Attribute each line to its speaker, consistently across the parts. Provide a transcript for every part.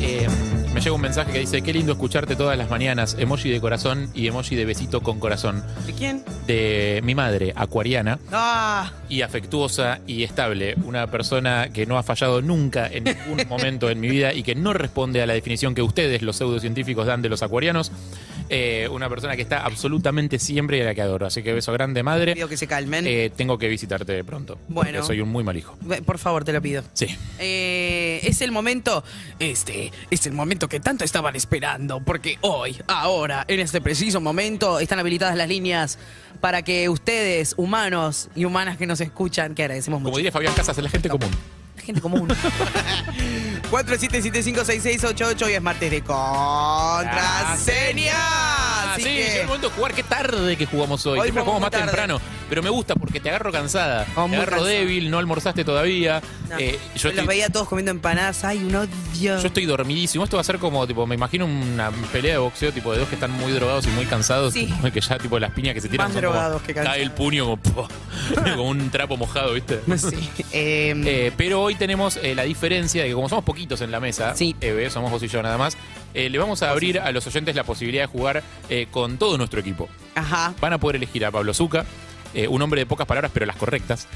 Speaker 1: Eh, me llega un mensaje que dice, qué lindo escucharte todas las mañanas, emoji de corazón y emoji de besito con corazón,
Speaker 2: ¿De quién?
Speaker 1: de mi madre, acuariana,
Speaker 2: Ah,
Speaker 1: y afectuosa y estable, una persona que no ha fallado nunca en ningún momento en mi vida y que no responde a la definición que ustedes, los pseudocientíficos, dan de los acuarianos, Eh, una persona que está absolutamente siempre y a la que adoro, así que beso grande madre,
Speaker 2: pido que se calmen.
Speaker 1: Eh, tengo que visitarte pronto,
Speaker 2: Bueno.
Speaker 1: porque soy un muy mal hijo.
Speaker 2: Ve, Por favor, te lo pido.
Speaker 1: Sí.
Speaker 2: Eh, es el momento, este, es el momento que tanto estaban esperando, porque hoy, ahora, en este preciso momento, están habilitadas las líneas para que ustedes, humanos y humanas que nos escuchan, que agradecemos
Speaker 1: Como
Speaker 2: mucho.
Speaker 1: diría Fabián Casas, es la gente común.
Speaker 2: Gente común. 47756688 hoy es martes de contraseña. Así
Speaker 1: Ah, sí,
Speaker 2: que-
Speaker 1: llegó el momento de jugar. Qué tarde que jugamos hoy.
Speaker 2: Hoy
Speaker 1: Siempre
Speaker 2: jugamos
Speaker 1: jugamos más
Speaker 2: muy tarde.
Speaker 1: temprano. Pero me gusta porque te agarro cansada.
Speaker 2: Oh,
Speaker 1: te
Speaker 2: muy
Speaker 1: agarro
Speaker 2: cansada.
Speaker 1: débil, no almorzaste todavía.
Speaker 2: No,
Speaker 1: Eh, yo,
Speaker 2: los
Speaker 1: estoy,
Speaker 2: veía todos comiendo empanadas. Ay, un odio.
Speaker 1: yo estoy dormidísimo. Esto va a ser como, tipo, me imagino una pelea de boxeo, tipo, de dos que están muy drogados y muy cansados.
Speaker 2: Sí.
Speaker 1: Que ya, tipo, las piñas que se tiran
Speaker 2: Más
Speaker 1: son como-
Speaker 2: drogados que cansados.
Speaker 1: Cae el puño como, po, como un trapo mojado, ¿viste?
Speaker 2: Sí. Eh,
Speaker 1: Eh, pero hoy tenemos eh, la diferencia de que como somos poquitos en la mesa,
Speaker 2: Sí.
Speaker 1: eh, somos vos y yo nada más, eh, le vamos a abrir a los oyentes la posibilidad de jugar eh, con todo nuestro equipo.
Speaker 2: Ajá.
Speaker 1: Van a poder elegir a Pablo Zuca, eh, un hombre de pocas palabras pero las correctas.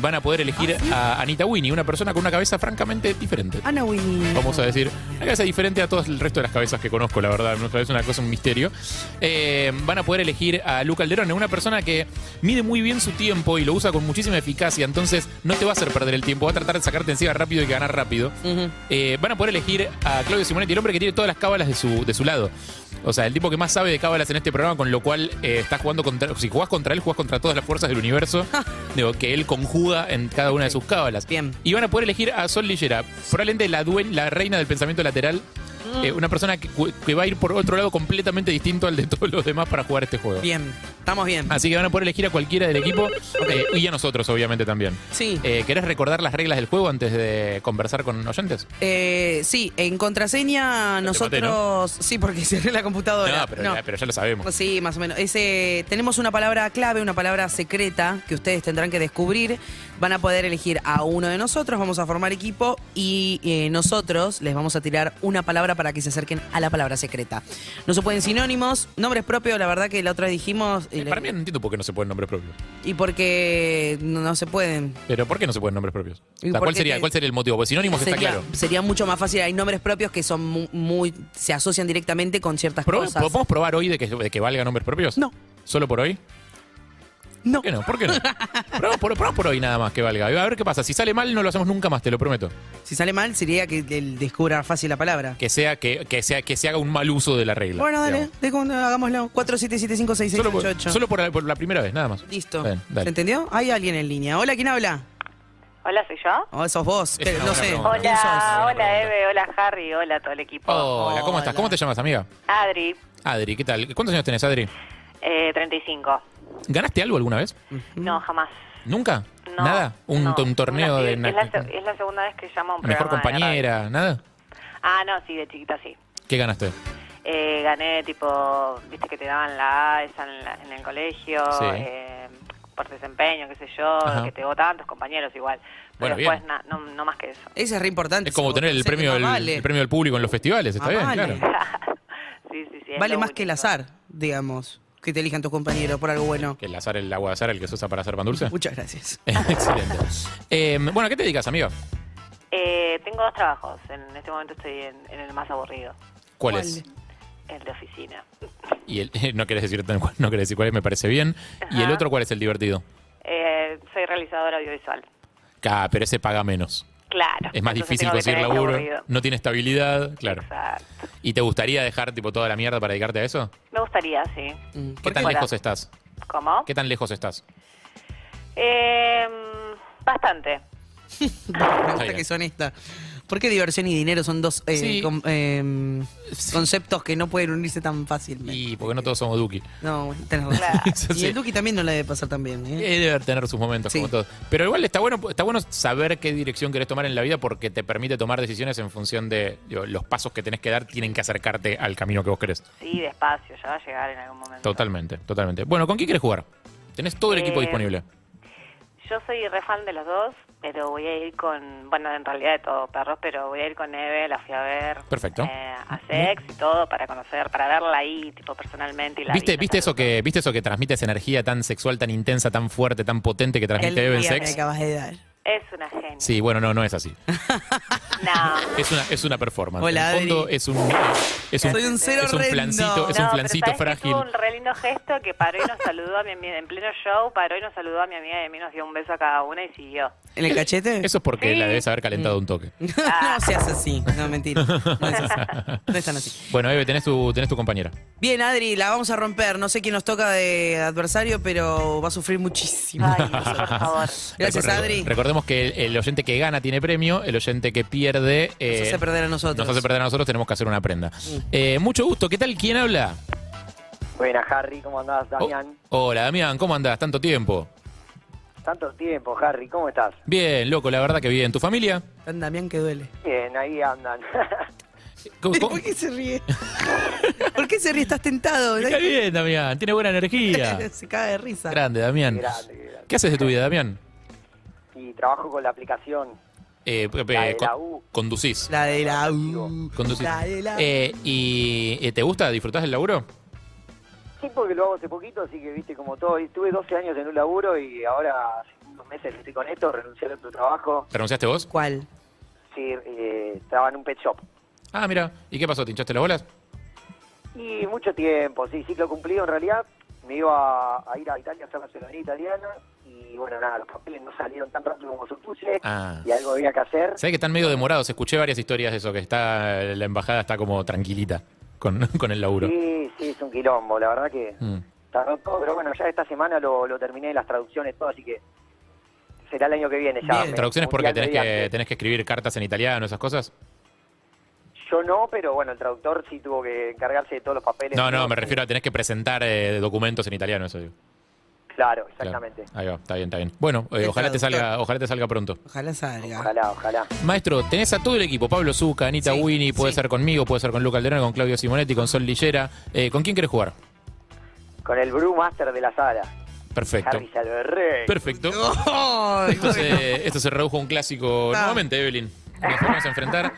Speaker 1: Van a poder elegir a Anita Winnie, una persona con una cabeza francamente diferente.
Speaker 2: Ana Winnie.
Speaker 1: Vamos a decir, una cabeza diferente a todo el resto de las cabezas que conozco, la verdad. Nuestra es una cosa, un misterio. Eh, van a poder elegir a Luca Alderone, una persona que mide muy bien su tiempo y lo usa con muchísima eficacia. Entonces, no te va a hacer perder el tiempo. Va a tratar de sacarte encima rápido y ganar rápido.
Speaker 2: Ujú.
Speaker 1: Eh, van a poder elegir a Claudio Simonetti, el hombre que tiene todas las cábalas de su, de su lado. O sea, el tipo que más sabe de cábalas en este programa, con lo cual eh, estás jugando contra. Si jugás contra él, jugás contra todas las fuerzas del universo. digo, que él conjuga en cada una de sus cábalas.
Speaker 2: Bien.
Speaker 1: Y van a poder elegir a Sol Lillera, probablemente la, due- la reina del pensamiento lateral.
Speaker 2: Mm.
Speaker 1: eh, una persona que, que va a ir por otro lado completamente distinto al de todos los demás para jugar este juego.
Speaker 2: Bien. Estamos bien.
Speaker 1: Así que van a poder elegir a cualquiera del equipo eh, y a nosotros, obviamente, también.
Speaker 2: Sí.
Speaker 1: Eh, ¿Querés recordar las reglas del juego antes de conversar con oyentes?
Speaker 2: Eh, sí, en contraseña
Speaker 1: maté,
Speaker 2: nosotros. Sí, porque cerré la computadora.
Speaker 1: No, pero,
Speaker 2: No. Pues,
Speaker 1: Ya, pero ya lo sabemos.
Speaker 2: Sí, más o menos. Ese, tenemos una palabra clave, una palabra secreta que ustedes tendrán que descubrir. Van a poder elegir a uno de nosotros, vamos a formar equipo y eh, nosotros les vamos a tirar una palabra para que se acerquen a la palabra secreta. No se pueden sinónimos, nombres propios, la verdad que la otra vez dijimos... y
Speaker 1: Eh,
Speaker 2: le-
Speaker 1: Para mí no entiendo por qué no se ponen nombres propios.
Speaker 2: Y porque no, no se pueden.
Speaker 1: Pero ¿por qué no se ponen nombres propios?
Speaker 2: Y
Speaker 1: O sea, ¿cuál,
Speaker 2: porque
Speaker 1: sería,
Speaker 2: te-
Speaker 1: ¿Cuál sería el motivo? Porque sinónimos
Speaker 2: sería,
Speaker 1: está claro.
Speaker 2: sería mucho más fácil. Hay nombres propios que son mu- muy, se asocian directamente con ciertas
Speaker 1: Pro-
Speaker 2: cosas.
Speaker 1: ¿Podemos probar hoy de que, de que valga nombres propios?
Speaker 2: No.
Speaker 1: ¿Solo por hoy?
Speaker 2: No.
Speaker 1: ¿Por qué no? ¿Por qué no? probamos, por, probamos por hoy nada más que valga. A ver qué pasa. Si sale mal, no lo hacemos nunca más, te lo prometo.
Speaker 2: Si sale mal, sería que él descubra fácil la palabra.
Speaker 1: Que sea que, que sea que se haga un mal uso de la regla.
Speaker 2: Bueno, dale,
Speaker 1: digamos.
Speaker 2: de- hagámoslo. 47756688.
Speaker 1: Solo, por, solo por la, por la primera vez, nada más.
Speaker 2: Listo.
Speaker 1: Bien, dale.
Speaker 2: ¿Se entendió? Hay alguien en línea. Hola, ¿quién habla?
Speaker 3: Hola, soy yo.
Speaker 2: Oh, sos vos.
Speaker 1: Esa
Speaker 2: Te-
Speaker 1: es
Speaker 2: no
Speaker 1: una
Speaker 2: sé.
Speaker 1: pregunta.
Speaker 2: ¿Quién
Speaker 3: Hola,
Speaker 2: sos?
Speaker 3: hola Eve, hola Harry, hola todo el equipo.
Speaker 1: Hola, ¿cómo estás?
Speaker 2: Hola.
Speaker 1: ¿Cómo te llamas, amiga?
Speaker 3: Adri,
Speaker 1: Adri, ¿qué tal? ¿Cuántos años tenés, Adri?
Speaker 3: eh, 35.
Speaker 1: ¿Ganaste algo alguna vez?
Speaker 3: No, jamás.
Speaker 1: ¿Nunca?
Speaker 3: No,
Speaker 1: ¿Nada? ¿Un,
Speaker 3: no.
Speaker 1: un torneo
Speaker 3: Una-
Speaker 1: de...
Speaker 3: es,
Speaker 1: na-
Speaker 3: es la, se- es la segunda vez que llamo a un
Speaker 1: mejor
Speaker 3: programa de
Speaker 1: compañera? ¿Nada?
Speaker 3: radio. ah, no, sí, de chiquita sí.
Speaker 1: ¿Qué ganaste?
Speaker 3: Eh, gané, tipo, viste que te daban la A esa en, la- en el colegio,
Speaker 1: Sí.
Speaker 3: eh, por desempeño, qué sé yo,
Speaker 1: Ajá.
Speaker 3: que te votan tus compañeros igual.
Speaker 1: Bueno,
Speaker 3: Pero
Speaker 1: bien.
Speaker 3: después, na- no, no más que eso.
Speaker 2: Ese es re importante.
Speaker 1: Es como
Speaker 2: ese
Speaker 1: tener el
Speaker 2: botón, ese
Speaker 1: premio,
Speaker 2: que
Speaker 1: del,
Speaker 2: más vale.
Speaker 1: el premio del público en los festivales, está
Speaker 2: Más
Speaker 1: bien,
Speaker 2: vale.
Speaker 1: claro.
Speaker 3: sí, sí, sí. es
Speaker 2: Vale
Speaker 3: lo
Speaker 2: más que el
Speaker 3: único.
Speaker 2: azar, digamos. Que te elijan tus compañeros por algo bueno.
Speaker 1: Que El azar, el agua de azar, el que se usa para hacer pan dulce.
Speaker 2: Muchas gracias.
Speaker 1: Excelente. Eh, bueno, ¿a qué te dedicas, amigo?
Speaker 3: Eh, tengo dos trabajos. En este momento estoy en, en el más aburrido,
Speaker 1: ¿Cuál, es?
Speaker 3: el de oficina.
Speaker 1: Y el, no querés decir tan- no querés decir cuál es, me parece bien. ¿Y el
Speaker 3: Ajá.
Speaker 1: otro cuál es el divertido?
Speaker 3: Eh, soy realizadora audiovisual.
Speaker 1: Ah, pero ese paga menos.
Speaker 3: Claro.
Speaker 1: Es más
Speaker 3: Entonces
Speaker 1: difícil
Speaker 3: tengo que
Speaker 1: conseguir
Speaker 3: tener el
Speaker 1: laburo,
Speaker 3: aburrido.
Speaker 1: no tiene estabilidad, claro.
Speaker 3: Exacto.
Speaker 1: ¿Y te gustaría dejar tipo toda la mierda para dedicarte a eso?
Speaker 3: Me gustaría, sí.
Speaker 2: Mm.
Speaker 1: ¿Qué
Speaker 3: ¿Por
Speaker 1: tan
Speaker 3: qué?
Speaker 1: lejos estás?
Speaker 3: ¿Cómo?
Speaker 1: ¿Qué tan lejos estás?
Speaker 3: Eh, mm, bastante.
Speaker 2: Me gusta
Speaker 1: bien.
Speaker 2: que son esta. ¿Por qué diversión y dinero son dos eh,
Speaker 1: Sí.
Speaker 2: com- em,
Speaker 1: Sí.
Speaker 2: conceptos que no pueden unirse tan fácilmente?
Speaker 1: Y porque no todos somos Duki.
Speaker 2: No, bueno, tenés razón.
Speaker 3: Claro.
Speaker 1: Eso
Speaker 2: Y
Speaker 1: sí.
Speaker 2: el Duki también no la debe pasar tan bien, ¿eh?
Speaker 1: Eh, debe tener sus momentos
Speaker 2: Sí.
Speaker 1: como todos. Pero igual está bueno, está bueno saber qué dirección querés tomar en la vida porque te permite tomar decisiones en función de digo, los pasos que tenés que dar tienen que acercarte al camino que vos querés.
Speaker 3: Sí, despacio, ya va a llegar en algún momento.
Speaker 1: Totalmente, totalmente. Bueno, ¿con quién querés jugar? Tenés todo el equipo
Speaker 3: Eh,
Speaker 1: disponible.
Speaker 3: Yo soy re fan de los dos, pero voy a ir con, bueno, en realidad de todo, perros, pero voy a ir con Eve, la fui a ver.
Speaker 1: Perfecto. Mm.
Speaker 3: eh, a Sex y todo, para conocer, para verla ahí, tipo, personalmente. Y la
Speaker 1: ¿Viste,
Speaker 3: vi, me
Speaker 1: viste, eso
Speaker 3: encantó.
Speaker 1: que, ¿Viste eso que transmite esa energía tan sexual, tan intensa, tan fuerte, tan potente que transmite
Speaker 2: El
Speaker 1: Even
Speaker 2: día que
Speaker 1: Sex?
Speaker 2: acabas de dar.
Speaker 3: Es una genia.
Speaker 1: Sí, bueno, no, no es así.
Speaker 3: No.
Speaker 1: Es una, es una performance.
Speaker 2: Hola,
Speaker 1: en el fondo
Speaker 2: Adri.
Speaker 1: es un, es un,
Speaker 2: Soy un cero
Speaker 1: es un
Speaker 2: horrendo.
Speaker 1: flancito, es
Speaker 3: No,
Speaker 1: un
Speaker 3: pero
Speaker 1: flancito
Speaker 3: ¿sabés qué?
Speaker 1: frágil.
Speaker 3: Tuvo un re lindo gesto que paró y nos saludó a mi amiga en pleno show, paró y nos saludó a mi amiga y a mí nos dio un beso a cada una y siguió.
Speaker 2: ¿En el cachete?
Speaker 1: Eso es porque
Speaker 3: Sí.
Speaker 1: la debes haber calentado un toque.
Speaker 2: no se hace así. No, mentira. No es así. No es tan así.
Speaker 1: Bueno, Eve, tenés tu, tenés tu compañera.
Speaker 2: Bien, Adri, la vamos a romper. No sé quién nos toca de adversario, pero va a sufrir muchísimo.
Speaker 3: Ay, por favor.
Speaker 2: Gracias,
Speaker 1: Recor-
Speaker 2: Adri.
Speaker 1: Recordemos que el, el oyente que gana tiene premio, el oyente que pierde. eh,
Speaker 2: Nos hace perder a nosotros. Mm.
Speaker 1: nos hace perder a nosotros, tenemos que hacer una prenda. Eh, mucho gusto, ¿qué tal? ¿Quién habla?
Speaker 4: Buenas, Harry, ¿cómo andás, Damián?
Speaker 1: Oh, hola, Damián, ¿cómo andás? Tanto tiempo.
Speaker 4: Tanto tiempo, Harry, ¿cómo estás?
Speaker 1: Bien, loco, la verdad que bien. ¿Tu familia?
Speaker 2: Tan Damián que duele.
Speaker 4: Bien, ahí andan.
Speaker 1: ¿Cómo- cómo-
Speaker 2: ¿Por qué se ríe? ¿Por qué se ríe? Estás tentado.
Speaker 1: Está bien, Damián, tiene buena energía.
Speaker 2: Se cae de risa.
Speaker 1: Grande, Damián.
Speaker 4: Grande, grande.
Speaker 1: ¿Qué haces de tu vida, Damián?
Speaker 4: y trabajo con la aplicación.
Speaker 1: Eh, eh,
Speaker 4: La de la
Speaker 1: con-
Speaker 4: U.
Speaker 1: conducís.
Speaker 2: La de la U.
Speaker 1: Conducís.
Speaker 2: La de la U.
Speaker 1: Eh, ¿Y eh, te gusta? ¿Disfrutás del laburo?
Speaker 4: Sí, porque lo hago hace poquito, así que viste como todo. Estuve 12 años en un laburo y ahora hace unos meses que estoy con esto, renuncié a otro trabajo.
Speaker 1: ¿Te renunciaste vos?
Speaker 2: ¿Cuál?
Speaker 4: Sí, eh, estaba en un pet shop.
Speaker 1: Ah, mira. ¿Y qué pasó? ¿Te hinchaste las bolas?
Speaker 4: Y mucho tiempo, sí, ciclo cumplido en realidad. Me iba a, a ir a Italia a hacer la ciudadanía italiana y bueno, nada, los papeles no salieron tan rápido como supuse
Speaker 1: Ah.
Speaker 4: y algo había que hacer.
Speaker 1: Sabés que están medio demorados. Escuché varias historias de eso, que está la embajada está como tranquilita con, con el laburo.
Speaker 4: Sí, sí, es un quilombo, la verdad que
Speaker 1: Mm.
Speaker 4: tardó todo, pero bueno, ya esta semana lo, lo terminé las traducciones, todo, así que será el año que viene ya.
Speaker 2: Bien.
Speaker 4: Ah, me-
Speaker 1: Traducciones
Speaker 4: un
Speaker 1: porque
Speaker 4: día
Speaker 1: tenés
Speaker 4: antes.
Speaker 1: que, tenés que escribir cartas en italiano, esas cosas.
Speaker 4: Yo no, pero bueno, el traductor sí tuvo que encargarse de todos los papeles.
Speaker 1: No, no, me refiero a tenés que presentar eh, documentos en italiano, eso digo.
Speaker 4: Claro,
Speaker 1: Claro.
Speaker 4: exactamente.
Speaker 1: Ahí va, está bien, está bien. Bueno, eh,
Speaker 2: El
Speaker 1: ojalá te
Speaker 2: traductor.
Speaker 1: salga, ojalá te salga pronto.
Speaker 2: Ojalá salga.
Speaker 4: Ojalá, ojalá.
Speaker 1: Maestro, tenés a todo el equipo, Pablo Zucca, Anita
Speaker 2: Sí,
Speaker 1: Winnie, puede
Speaker 2: sí.
Speaker 1: ser conmigo, puede ser con Luca Alderano, con Claudio Simonetti, con Sol Lillera. Eh, ¿Con quién querés jugar?
Speaker 4: Con el Brewmaster de la sala,
Speaker 1: Perfecto.
Speaker 4: Harry Salverrey.
Speaker 1: Perfecto.
Speaker 2: Ay,
Speaker 1: Esto se, esto se redujo a un clásico
Speaker 2: Ah.
Speaker 1: nuevamente, Evelyn. Nos vamos a enfrentar.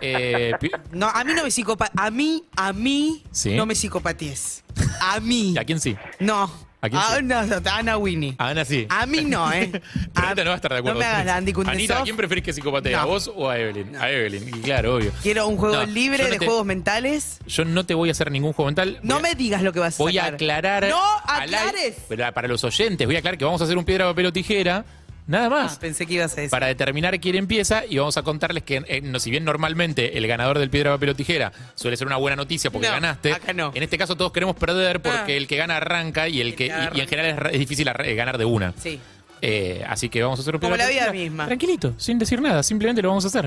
Speaker 1: Eh, pi-
Speaker 2: No, a mí no me psicopa... A mí, a mí,
Speaker 1: Sí.
Speaker 2: no me psicopatíes. A mí.
Speaker 1: ¿A quién sí?
Speaker 2: No. Ah,
Speaker 1: ¿A quién sí?
Speaker 2: no, no, a Ana Winnie.
Speaker 1: A Ana sí.
Speaker 2: A mí no, ¿eh?
Speaker 1: Pero Anita no va a estar de acuerdo.
Speaker 2: No me hagas la Andy
Speaker 1: Anita, ¿a
Speaker 2: Kundesov.
Speaker 1: quién preferís que psicopatee? ¿A
Speaker 2: No.
Speaker 1: vos o a Evelyn? A Evelyn, y claro, obvio.
Speaker 2: Quiero un juego
Speaker 1: No,
Speaker 2: libre
Speaker 1: yo no
Speaker 2: de
Speaker 1: te-
Speaker 2: juegos mentales.
Speaker 1: Yo no te voy a hacer ningún juego mental.
Speaker 2: No
Speaker 1: Voy a-
Speaker 2: me digas lo que vas a
Speaker 1: Voy a
Speaker 2: sacar.
Speaker 1: aclarar.
Speaker 2: ¡No
Speaker 1: al aire-
Speaker 2: aclares!
Speaker 1: Pero para los oyentes, voy a aclarar que vamos a hacer un piedra, papel o tijera. Nada
Speaker 2: Ah,
Speaker 1: más.
Speaker 2: pensé que ibas a decir.
Speaker 1: para determinar quién empieza y vamos a contarles que, eh, no, si bien normalmente el ganador del piedra, papel o tijera suele ser una buena noticia porque
Speaker 2: No,
Speaker 1: ganaste,
Speaker 2: acá no.
Speaker 1: en este caso todos queremos perder porque
Speaker 2: Ah.
Speaker 1: el que gana arranca y el que y- y, en
Speaker 2: arranca.
Speaker 1: general es, ra- es difícil arra- eh, ganar de una.
Speaker 2: Sí.
Speaker 1: Eh, así que vamos a hacer un
Speaker 2: Como
Speaker 1: piedra,
Speaker 2: la
Speaker 1: papel o
Speaker 2: vida
Speaker 1: tijera.
Speaker 2: misma.
Speaker 1: Tranquilito, sin decir nada, simplemente lo vamos a hacer.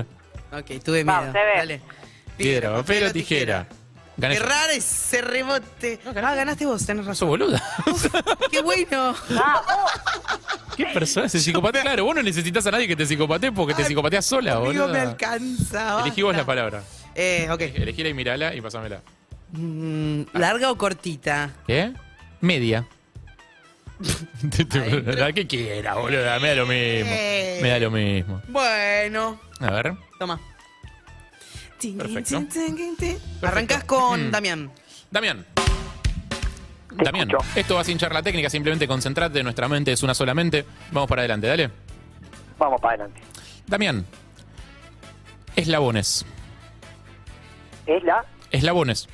Speaker 2: Ok, tuve miedo.
Speaker 3: Vamos, se ve.
Speaker 2: Dale.
Speaker 1: Piedra, papel o tijera. Gané. yo.
Speaker 2: Errar ese rebote.
Speaker 1: No, ganaste.
Speaker 2: ah, ganaste vos,
Speaker 1: Sos
Speaker 2: tenés razón.
Speaker 1: boluda.
Speaker 2: Qué bueno.
Speaker 1: ¿Qué persona se psicopatea? Claro, vos no necesitas a nadie que te psicopatee porque te
Speaker 2: Ay,
Speaker 1: psicopateas sola,
Speaker 2: Amigo, me
Speaker 1: boluda.
Speaker 2: alcanza.
Speaker 1: Elegí vos la
Speaker 2: basta.
Speaker 1: palabra.
Speaker 2: Eh, ok.
Speaker 1: Elegíla y mirala y pasámela.
Speaker 2: Mm,
Speaker 1: Ah.
Speaker 2: ¿Larga o cortita?
Speaker 1: ¿Qué? Media. Te- te- la que quiera, boludo. Me da lo mismo. Me da lo mismo.
Speaker 2: Bueno.
Speaker 1: A ver.
Speaker 2: Toma. Tin,
Speaker 1: Perfecto. Mm.
Speaker 2: tin, tin, tin, tin. Arrancás con Damián.
Speaker 1: Damián. Damián, esto va sin charla técnica, simplemente concentrate, nuestra mente es una solamente. Vamos para adelante, dale.
Speaker 4: Vamos para adelante.
Speaker 1: Damián. Eslabones.
Speaker 4: Es la
Speaker 1: Eslabones.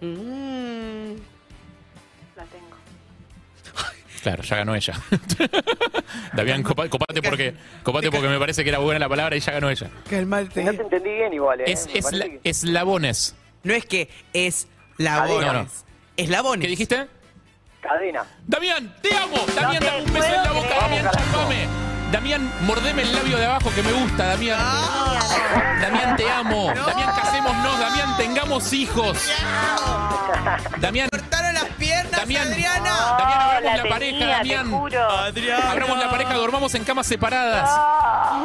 Speaker 2: Mm,
Speaker 3: La tengo.
Speaker 1: Claro, ya ganó ella. Damián, copa- copate porque, copate porque me parece que era buena la palabra y ya ganó ella.
Speaker 4: No te
Speaker 2: calmate.
Speaker 4: entendí bien igual, ¿eh?
Speaker 1: Es,
Speaker 4: Me
Speaker 1: es,
Speaker 4: parece
Speaker 1: la-
Speaker 4: que-
Speaker 1: eslabones.
Speaker 2: No es que es labones.
Speaker 1: No, no.
Speaker 2: Eslabones.
Speaker 1: ¿Qué dijiste?
Speaker 4: Cadena.
Speaker 1: Damián, te amo. Damián,
Speaker 3: te
Speaker 1: dame un beso en la
Speaker 3: puedo
Speaker 1: boca.
Speaker 3: creer.
Speaker 1: Damián,
Speaker 4: Vamos,
Speaker 1: chapame. Damián, mordeme el labio de abajo que me gusta, Damián. Damián, te amo. Damián, casémonos. Damián, tengamos hijos. Damián,
Speaker 5: Cortaron las piernas,
Speaker 1: Damián. Damián,
Speaker 5: Adriana.
Speaker 3: No,
Speaker 1: abramos la
Speaker 3: la
Speaker 1: pareja, Ah,
Speaker 3: tenía, te
Speaker 1: Damián.
Speaker 3: juro.
Speaker 5: Adriana.
Speaker 1: abramos la pareja, dormamos en camas separadas.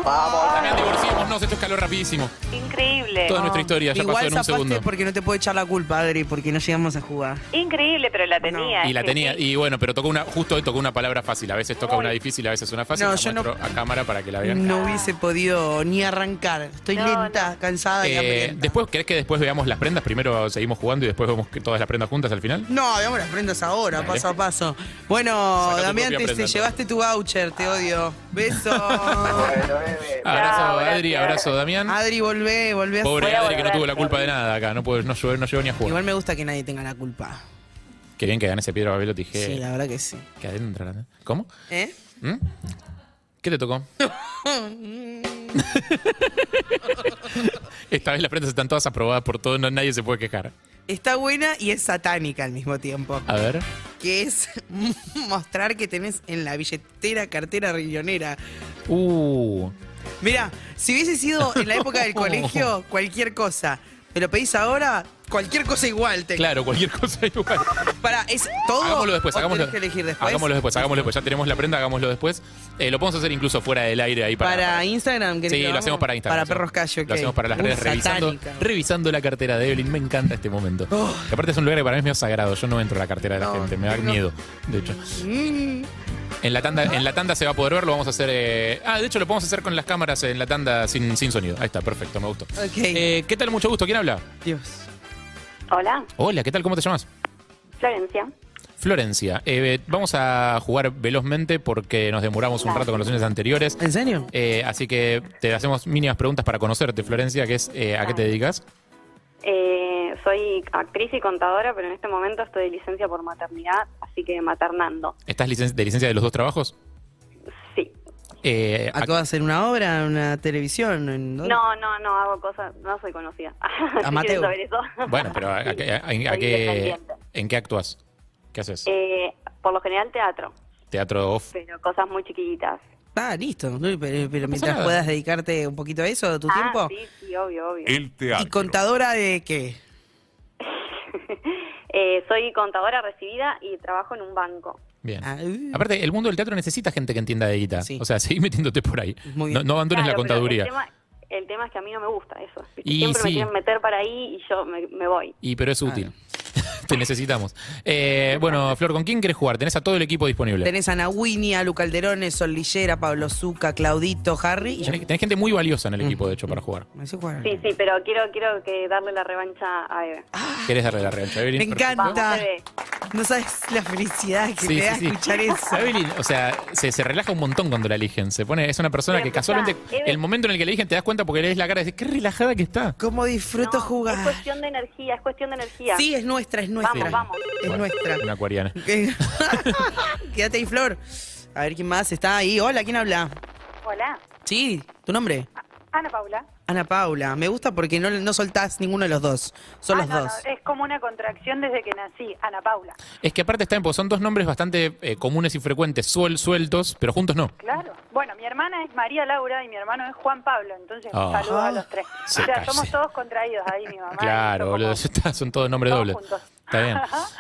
Speaker 1: Damián, divorciémonos. Esto es calor rapidísimo.
Speaker 3: Increíble.
Speaker 1: Toda nuestra historia ya pasó
Speaker 2: Igual
Speaker 1: en un
Speaker 2: zapaste
Speaker 1: segundo.
Speaker 2: porque no te puedo echar la culpa, Adri, porque no llegamos a jugar.
Speaker 3: Increíble, pero la tenía.
Speaker 1: Y la
Speaker 3: es que
Speaker 1: tenía,
Speaker 3: sí.
Speaker 1: y bueno, pero tocó una, justo hoy tocó una palabra fácil, a veces toca
Speaker 3: Muy.
Speaker 1: una difícil, a veces una fácil,
Speaker 2: No,
Speaker 1: la
Speaker 2: yo
Speaker 1: muestro a cámara para que la vean.
Speaker 2: No hubiese podido ni arrancar. Estoy
Speaker 3: No,
Speaker 2: lenta, cansada y
Speaker 1: Eh,
Speaker 2: hambrienta.
Speaker 1: después, ¿crees que después veamos las prendas? Primero seguimos jugando y después vemos que todas las prendas juntas al final.
Speaker 2: No, veamos las prendas ahora,
Speaker 1: Dale.
Speaker 2: paso a paso. Bueno,
Speaker 1: Saca tu
Speaker 2: Damián,
Speaker 1: propia
Speaker 2: te,
Speaker 1: prenda, Ah.
Speaker 2: te llevaste tu voucher, te odio. Beso.
Speaker 4: Bueno, bebé.
Speaker 1: Abrazo
Speaker 3: Chao,
Speaker 1: Adri,
Speaker 3: gracias.
Speaker 1: abrazo Damián.
Speaker 2: Adri, volvé, volvé a
Speaker 1: Pobre
Speaker 3: Voy a
Speaker 1: Adri que no
Speaker 3: volver,
Speaker 1: tuvo la culpa
Speaker 3: Adri.
Speaker 1: de nada acá, no, puede, no, llegó, no llegó ni a jugar.
Speaker 2: Igual me gusta que nadie tenga la culpa.
Speaker 1: Qué bien que gané ese piedra, papel o
Speaker 2: Sí,
Speaker 1: tijera.
Speaker 2: la verdad que sí.
Speaker 1: Que adentro, ¿no? ¿Cómo?
Speaker 2: ¿Eh?
Speaker 1: ¿Mm? ¿Qué te tocó? Esta vez las prendas están todas aprobadas por todo, no- nadie se puede quejar.
Speaker 2: Está buena y es satánica al mismo tiempo.
Speaker 1: A ver.
Speaker 2: Que es mostrar que tenés en la billetera cartera riñonera.
Speaker 1: Uh.
Speaker 2: Mira, si hubiese sido en la época del colegio, cualquier cosa. Te lo pedís ahora, cualquier cosa igual. Te...
Speaker 1: Claro, cualquier cosa igual.
Speaker 2: Para, es todo.
Speaker 1: Hagámoslo después,
Speaker 2: o
Speaker 1: hagámoslo.
Speaker 2: Oh, tenés que elegir después.
Speaker 1: Hagámoslo después, hagámoslo después. Ya tenemos la prenda, hagámoslo después. Eh, lo podemos hacer incluso fuera del aire ahí para.
Speaker 2: Para, Instagram, ¿querés
Speaker 1: Sí, lo
Speaker 2: que
Speaker 1: hacemos
Speaker 2: hagamos?
Speaker 1: para Instagram.
Speaker 2: Para perros callo, ok.
Speaker 1: Lo hacemos para las
Speaker 2: Uh,
Speaker 1: redes revisando,
Speaker 2: satánica. Oh.
Speaker 1: revisando la cartera de Evelyn. Me encanta este momento. Que aparte es un lugar que para mí es medio sagrado. Yo no entro a la cartera de la
Speaker 2: No,
Speaker 1: gente. Me da
Speaker 2: no.
Speaker 1: miedo, de hecho.
Speaker 2: Mm,
Speaker 1: En la tanda, en la tanda se va a poder ver, lo vamos a hacer. eh, ah, de hecho, lo podemos hacer con las cámaras en la tanda sin, sin sonido. Ahí está, perfecto, me gustó.
Speaker 2: ok.
Speaker 1: Eh, ¿Qué tal? Mucho gusto. ¿Quién habla?
Speaker 2: Dios.
Speaker 6: Hola,
Speaker 1: Hola, ¿qué tal? ¿Cómo te llamas?
Speaker 6: Florencia.
Speaker 1: Florencia. Eh, vamos a jugar velozmente porque nos demoramos un rato con los lunes anteriores.
Speaker 2: ¿En serio?
Speaker 1: Eh, así que te hacemos mínimas preguntas para conocerte, Florencia, que es eh, a qué te dedicas.
Speaker 6: Eh, soy actriz y contadora, pero en este momento estoy de licencia por maternidad, así que maternando.
Speaker 1: ¿Estás licen- de licencia de los dos trabajos?
Speaker 6: Sí.
Speaker 1: Eh,
Speaker 2: ¿Acabas de hacer una obra, una televisión? ¿En dónde?
Speaker 6: No, no, no hago cosas, no soy conocida. Si
Speaker 2: Amateur.
Speaker 6: quieren saber eso.
Speaker 1: a- bueno, pero a- a- a- a-
Speaker 6: Soy
Speaker 1: a- a qué,
Speaker 6: independiente.
Speaker 1: ¿en qué actúas? ¿Qué haces?
Speaker 6: Eh, por lo general teatro,
Speaker 1: Teatro off.
Speaker 6: pero cosas muy chiquititas.
Speaker 2: Ah, listo. Uy, Pero, pero mientras
Speaker 1: nada.
Speaker 2: puedas dedicarte un poquito a eso, tu
Speaker 6: Ah,
Speaker 2: tiempo.
Speaker 6: sí, sí, obvio, obvio.
Speaker 7: El teatro.
Speaker 2: ¿Y contadora de qué?
Speaker 6: Eh, soy contadora recibida y trabajo en un banco.
Speaker 1: Bien.
Speaker 2: Ah, uh.
Speaker 1: Aparte, el mundo del teatro necesita gente que entienda de guita.
Speaker 2: Sí.
Speaker 1: O sea, seguí metiéndote por ahí.
Speaker 2: Muy
Speaker 1: No,
Speaker 2: bien.
Speaker 1: no abandones
Speaker 6: Claro,
Speaker 1: la
Speaker 6: pero
Speaker 1: contaduría.
Speaker 6: El tema, el tema es que a mí no me gusta eso.
Speaker 1: Y
Speaker 6: Siempre
Speaker 1: sí.
Speaker 6: me quieren meter para ahí y yo me, me voy.
Speaker 1: Y pero es útil. Te necesitamos. Eh, bueno, Flor, ¿con quién querés jugar? Tenés a todo el equipo disponible.
Speaker 2: Tenés a Nahuini, a Luca Alderone, Sol Lillera, Pablo Zuca, Claudito, Harry. Y yo.
Speaker 1: Tenés, tenés gente muy valiosa en el equipo, de hecho, para jugar.
Speaker 2: Me hice jugar.
Speaker 6: Sí, sí, pero quiero, quiero que darle la revancha a Eve.
Speaker 1: ¿Querés darle la revancha a Evelyn?
Speaker 2: Me
Speaker 1: Perfecto.
Speaker 2: encanta.
Speaker 6: Vamos, Eve.
Speaker 2: No sabes la felicidad que
Speaker 1: Sí,
Speaker 2: te
Speaker 1: sí,
Speaker 2: da
Speaker 1: sí.
Speaker 2: escuchar eso.
Speaker 1: Evelyn, o sea, se, se relaja un montón cuando la eligen. Se pone, es una persona
Speaker 6: Pero
Speaker 1: que
Speaker 6: escuchá,
Speaker 1: casualmente,
Speaker 6: Evelyn-
Speaker 1: el momento en el que la eligen, te das cuenta porque le ves la cara y dices, qué relajada que está.
Speaker 2: ¿Cómo disfruto
Speaker 6: No, Es
Speaker 2: jugar?
Speaker 6: cuestión de energía, es cuestión de energía.
Speaker 2: Sí, es nuestra, es nuestra.
Speaker 6: Vamos, vamos.
Speaker 2: Es
Speaker 1: Bueno,
Speaker 2: nuestra.
Speaker 1: Una acuariana.
Speaker 2: Quédate ahí, Flor. A ver quién más está ahí. Hola, ¿quién habla?
Speaker 6: Hola,
Speaker 2: Sí, ¿tu nombre?
Speaker 3: Ana Paula.
Speaker 2: Ana Paula. Me gusta porque no, no soltás ninguno de los dos.
Speaker 6: Ah,
Speaker 2: Son los dos.
Speaker 3: es como una contracción desde que nací, Ana Paula.
Speaker 1: Es que aparte está en, son dos nombres bastante eh, comunes y frecuentes, suel, sueltos, pero juntos no.
Speaker 3: Claro. Bueno, mi hermana es María Laura y mi hermano es Juan Pablo, entonces
Speaker 1: Ah.
Speaker 3: saludos a los tres.
Speaker 1: Se
Speaker 3: o sea,
Speaker 1: calla.
Speaker 3: somos todos contraídos ahí, mi mamá. y
Speaker 1: Claro,
Speaker 3: yo
Speaker 1: boludo,
Speaker 3: como-
Speaker 1: está- son todos nombres
Speaker 3: Todos
Speaker 1: dobles.
Speaker 3: juntos.
Speaker 1: Está bien.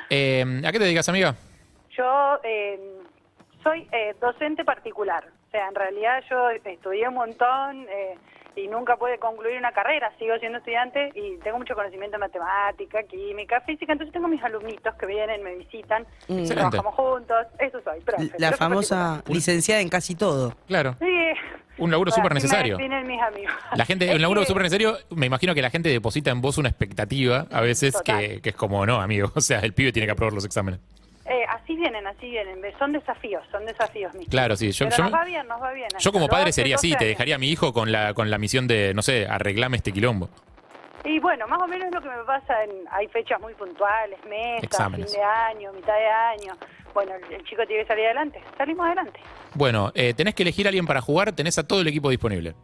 Speaker 1: Eh, ¿A qué te dedicas, amiga?
Speaker 3: Yo eh, soy eh, docente particular, o sea, en realidad yo estudié un montón eh, y nunca pude concluir una carrera, sigo siendo estudiante y tengo mucho conocimiento de matemática, química, física, entonces tengo mis alumnitos que vienen, me visitan,
Speaker 2: Mm.
Speaker 1: Excelente.
Speaker 3: trabajamos juntos, eso soy, profe.
Speaker 2: La
Speaker 3: profe particular.
Speaker 2: famosa licenciada en casi todo.
Speaker 1: Claro.
Speaker 3: Sí.
Speaker 1: Un laburo
Speaker 3: Así
Speaker 1: súper
Speaker 3: me
Speaker 1: necesario.
Speaker 3: definen mis amigos.
Speaker 1: La gente,
Speaker 3: Es
Speaker 1: un laburo
Speaker 3: que-
Speaker 1: súper necesario, me imagino que la gente deposita en vos una expectativa a veces que,
Speaker 3: Total.
Speaker 1: que es como, no, amigo, o sea, el pibe tiene que aprobar los exámenes.
Speaker 3: Eh, así vienen, así vienen. Son desafíos, son desafíos mismos.
Speaker 1: Claro, sí. Yo,
Speaker 3: Pero
Speaker 1: yo,
Speaker 3: nos va bien, nos va bien.
Speaker 1: yo como
Speaker 3: Lo
Speaker 1: padre
Speaker 3: hace
Speaker 1: sería así,
Speaker 3: 12
Speaker 1: te
Speaker 3: años.
Speaker 1: dejaría a mi hijo con la, con la misión de, no sé, arreglame este quilombo.
Speaker 3: Y bueno, más o menos lo que me pasa, en, hay fechas muy puntuales, mesas,
Speaker 1: Exámenes.
Speaker 3: fin de año, mitad de año. Bueno, el, el chico tiene que salir adelante. Salimos adelante.
Speaker 1: Bueno, eh, tenés que elegir a alguien para jugar, tenés a todo el equipo disponible.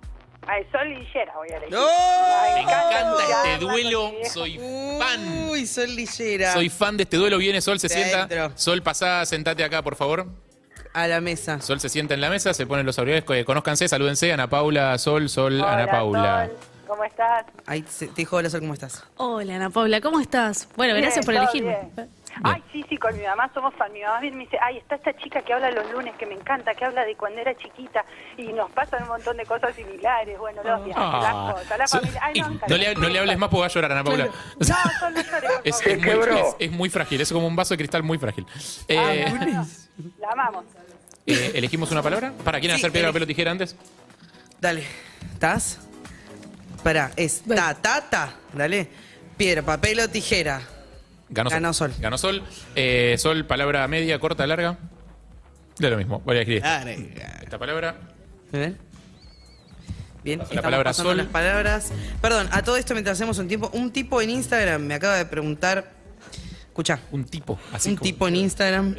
Speaker 3: Al sol y Yera voy a elegir.
Speaker 2: ¡No!
Speaker 3: Ay,
Speaker 2: Me encanta
Speaker 3: jugar,
Speaker 1: este duelo,
Speaker 3: con mi viejo.
Speaker 1: soy fan.
Speaker 2: Uy, Sol Lillera.
Speaker 1: Soy fan de este duelo, viene Sol, se
Speaker 2: Te
Speaker 1: sienta.
Speaker 2: adentro.
Speaker 1: Sol, pasá, sentate acá, por favor.
Speaker 2: a la mesa.
Speaker 1: Sol se sienta en la mesa, se ponen los auriculares, eh, conózcanse, salúdense, Ana Paula, Sol, Sol, Ana
Speaker 3: Hola,
Speaker 1: Paula.
Speaker 3: Sol, ¿Cómo estás?
Speaker 2: Ahí se- te dijo, hola, Sol, ¿cómo estás?
Speaker 5: Hola, Ana Paula, ¿cómo estás? Bueno,
Speaker 3: Bien,
Speaker 5: gracias por
Speaker 3: todo
Speaker 5: elegirme.
Speaker 3: bien. Ay, sí, sí, con mi mamá somos fan. Mi mamá viene y me dice, ay, está esta chica que habla los lunes, que me encanta, que habla de cuando era chiquita. Y nos pasan un montón de cosas similares. Bueno, los viajes,
Speaker 1: Ah.
Speaker 3: las cosas, la
Speaker 1: Sol-
Speaker 3: familia. Ay, no,
Speaker 1: Eh,
Speaker 3: nunca
Speaker 1: no,
Speaker 3: la-
Speaker 1: le, no le hables más porque va a llorar Ana Paula.
Speaker 3: No, Sol, no llores, por
Speaker 1: Es,
Speaker 3: favor.
Speaker 1: es muy, es- es muy frágil, es como un vaso de cristal muy frágil. Eh,
Speaker 3: Ah, no, no, no. La amamos.
Speaker 1: eh, ¿Elegimos una palabra? ¿Para quién
Speaker 2: Sí,
Speaker 1: hacer piedra,
Speaker 2: elegí.
Speaker 1: papel o tijera antes?
Speaker 2: Dale. ¿Estás? Pará, es ta, ta, ta. Dale. Piedra, papel o tijera.
Speaker 1: Ganó Sol.
Speaker 2: Ganó Sol.
Speaker 1: Ganó Sol. Eh, Sol, palabra media, corta, larga. De lo mismo, voy a escribir
Speaker 2: Ah.
Speaker 1: esta palabra.
Speaker 2: Bien. Bien,
Speaker 1: La
Speaker 2: estamos
Speaker 1: palabra
Speaker 2: pasando
Speaker 1: sol.
Speaker 2: las palabras. Perdón, a todo esto mientras hacemos un tiempo, un tipo en Instagram me acaba de preguntar, escucha,
Speaker 1: Un tipo, así
Speaker 2: un
Speaker 1: como-
Speaker 2: tipo en Instagram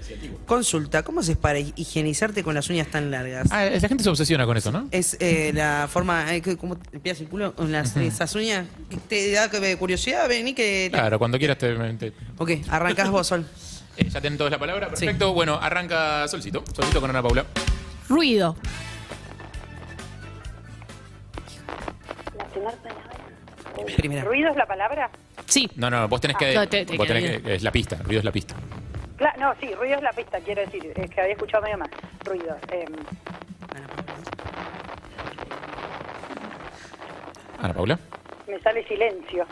Speaker 2: consulta, ¿cómo haces para hi- higienizarte con las uñas tan largas?
Speaker 1: Ah, la gente se obsesiona con eso, ¿no?
Speaker 2: Es eh, la forma, eh, que- ¿cómo te limpias el culo con las, esas uñas? ¿Te da que- eh, curiosidad, vení que...
Speaker 1: Claro, cuando quieras te. te-
Speaker 2: Ok, arrancás vos, Sol.
Speaker 1: Eh, ya tienen todas la palabra,
Speaker 2: Sí.
Speaker 1: perfecto. Bueno, arranca Solcito. Solcito con Ana Paula.
Speaker 5: Ruido.
Speaker 3: La primera palabra.
Speaker 2: Primera.
Speaker 3: ¿Ruido es la palabra?
Speaker 5: Sí.
Speaker 1: No, no, vos tenés que.
Speaker 5: no, te- te
Speaker 1: vos tenés
Speaker 5: queda
Speaker 1: que- es la pista, ruido es la pista.
Speaker 3: Cla- no, sí, ruido es la pista, quiero decir. Es que había escuchado medio más. Ruido. Eh,
Speaker 1: Ana Paula.
Speaker 3: me sale silencio.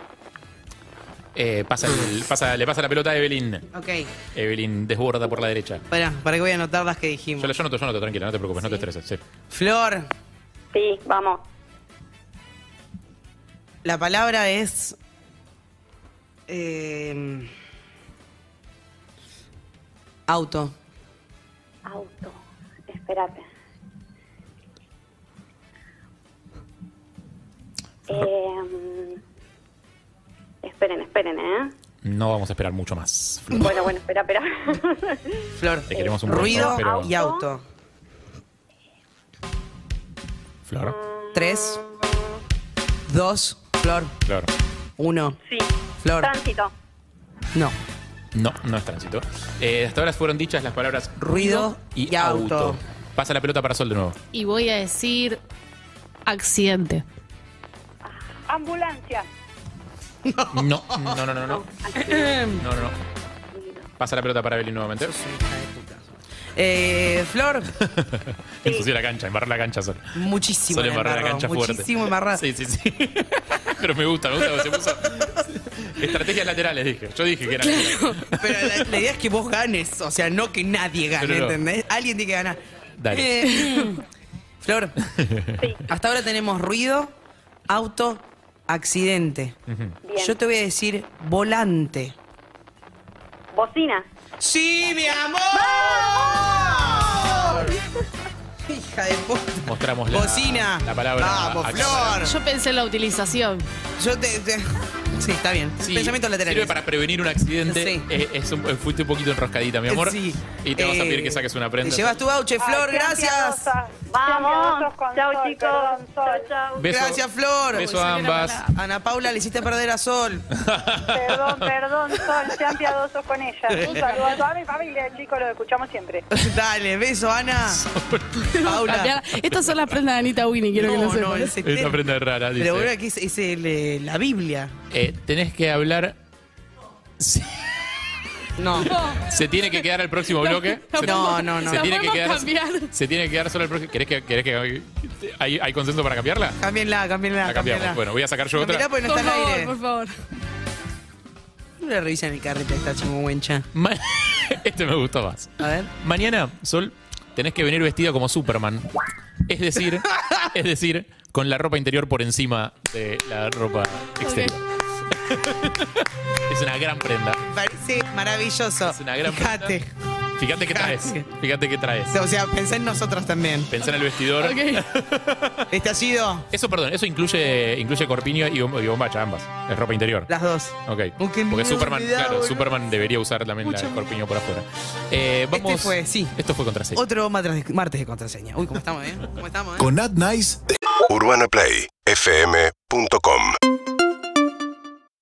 Speaker 1: Eh, pasa el- pasa- le pasa la pelota a Evelyn.
Speaker 2: Ok,
Speaker 1: Evelyn desborda por la derecha.
Speaker 2: pará, para que voy a anotar las que
Speaker 1: Yo,
Speaker 2: dijimos.
Speaker 1: yo noto, yo noto, tranquila, no te preocupes, no te
Speaker 2: Sí.
Speaker 1: estreses. sí.
Speaker 2: Flor,
Speaker 6: Sí, vamos.
Speaker 2: La palabra es. eh, auto.
Speaker 6: Auto. Espérate. Eh, esperen, esperen, ¿eh?
Speaker 1: No vamos a esperar mucho más. Flor.
Speaker 6: Bueno, bueno, espera, espera.
Speaker 2: Flor.
Speaker 1: Te queremos un montón,
Speaker 2: Ruido
Speaker 1: pero-
Speaker 2: y auto.
Speaker 1: Flor.
Speaker 2: Tres. Dos. Flor.
Speaker 1: Flor.
Speaker 2: Uno.
Speaker 6: Sí.
Speaker 2: Flor.
Speaker 6: Tránsito.
Speaker 2: No.
Speaker 1: No, no es tránsito. Eh, hasta ahora fueron dichas las palabras ruido
Speaker 2: Ruido
Speaker 1: y,
Speaker 2: y
Speaker 1: auto.
Speaker 2: auto.
Speaker 1: Pasa la pelota para Sol de nuevo.
Speaker 5: Y voy a decir accidente.
Speaker 3: Ambulancia.
Speaker 1: No, no, no, no, no. No, no, no. Pasa la pelota para Evelyn nuevamente.
Speaker 2: Eh, Flor,
Speaker 1: Ensució la cancha, embarrar la cancha Sol.
Speaker 2: muchísimo.
Speaker 1: Sol
Speaker 2: la
Speaker 1: embarró la
Speaker 2: embarró,
Speaker 1: cancha fuerte.
Speaker 2: Muchísimo embarrado.
Speaker 1: Sí, sí, sí. Pero me gusta, me gusta. Se puso... Estrategias laterales, dije. Yo dije que era.
Speaker 2: Pero la, la idea es que vos ganes, o sea, no que nadie gane,
Speaker 1: No, no, no.
Speaker 2: ¿entendés? Alguien tiene que ganar.
Speaker 1: Dale.
Speaker 2: Eh, Flor,
Speaker 6: Sí.
Speaker 2: hasta ahora tenemos ruido, auto, accidente.
Speaker 6: Bien.
Speaker 2: Yo te voy a decir volante.
Speaker 6: Bocina.
Speaker 2: ¡Sí, mi amor! Hija de puta.
Speaker 1: Mostramos la,
Speaker 2: Bocina.
Speaker 1: la palabra.
Speaker 2: Vamos,
Speaker 1: a cámara.
Speaker 2: Flor.
Speaker 5: Yo pensé en la utilización.
Speaker 2: Yo te, te- Sí, está bien.
Speaker 1: Sí,
Speaker 2: Pensamientos laterales.
Speaker 1: Sirve para prevenir un accidente.
Speaker 2: Sí.
Speaker 1: Eh, es un- eh, fuiste un poquito enroscadita, mi amor.
Speaker 2: Sí.
Speaker 1: Y te vamos a
Speaker 2: Eh,
Speaker 1: pedir que saques una
Speaker 2: Te
Speaker 1: prenda.
Speaker 2: llevas tu voucher, Flor,
Speaker 3: Ay, sean
Speaker 2: gracias.
Speaker 3: piadosas, sean
Speaker 6: Vamos.
Speaker 3: piadosos con
Speaker 6: Chao,
Speaker 3: Sol,
Speaker 6: chicos.
Speaker 3: perdón,
Speaker 6: Chao,
Speaker 3: Sol.
Speaker 6: chao.
Speaker 1: Beso-
Speaker 2: Gracias, Flor.
Speaker 1: Beso a ambas.
Speaker 2: Ana Paula le hiciste perder a Sol.
Speaker 3: Perdón, perdón, Sol, sean piadosos con ella. Un saludo a toda mi familia, chicos, los escuchamos siempre.
Speaker 2: Dale, beso, Ana. Paula.
Speaker 5: Cambiar- Estas son las prendas de Anita Winnie, quiero que lo
Speaker 2: No, no,
Speaker 5: sepan.
Speaker 2: ese
Speaker 1: Esa
Speaker 2: tema.
Speaker 1: prenda es rara, dice.
Speaker 2: Pero bueno, que es, es el, eh, la Biblia.
Speaker 1: Eh, tenés que hablar. Se,
Speaker 2: No.
Speaker 1: se tiene que quedar al próximo bloque. Se-
Speaker 2: No, no, no.
Speaker 1: Se
Speaker 5: La
Speaker 1: tiene que
Speaker 5: podemos
Speaker 1: quedar.
Speaker 5: cambiar.
Speaker 1: Se tiene que quedar solo el próximo. ¿Querés que, querés que hay, hay consenso para cambiarla?
Speaker 2: Cámbienla, cámbienla.
Speaker 1: La cambiamos. Bueno, voy a sacar yo otra.
Speaker 2: Mirá, porque no
Speaker 5: por
Speaker 2: está al
Speaker 5: favor,
Speaker 2: aire.
Speaker 5: por favor.
Speaker 2: No le revisan el carrete a esta chimuencha.
Speaker 1: Ma- este me gustó más.
Speaker 2: A ver.
Speaker 1: Mañana, Sol, tenés que venir vestida como Superman. Es decir, es decir, con la ropa interior por encima de la ropa exterior. es una gran prenda.
Speaker 2: Parece maravilloso.
Speaker 1: Es una gran
Speaker 2: Fíjate.
Speaker 1: prenda. Fíjate qué traes.
Speaker 2: Fíjate.
Speaker 1: Fíjate qué traes.
Speaker 2: O sea, pensá en nosotros también.
Speaker 1: Pensá en el vestidor.
Speaker 5: Ok.
Speaker 2: Este ha sido
Speaker 1: Eso, perdón, eso incluye, incluye corpiño y, bom- y bombacha, ambas. Es ropa interior.
Speaker 2: las dos.
Speaker 1: Ok.
Speaker 2: Oh,
Speaker 1: Porque
Speaker 2: qué miedo
Speaker 1: Superman,
Speaker 2: me da,
Speaker 1: claro,
Speaker 2: boludo.
Speaker 1: Superman debería usar también la-
Speaker 2: Mucho
Speaker 1: el
Speaker 2: miedo.
Speaker 1: corpiño por afuera. Eh, vamos.
Speaker 2: Este fue, sí.
Speaker 1: Esto fue contra seis.
Speaker 2: Otro matras- martes de contraseña. Uy, ¿cómo estamos, eh? ¿Cómo estamos, eh?
Speaker 7: Con Ad Nice
Speaker 8: UrbanaPlayFM.com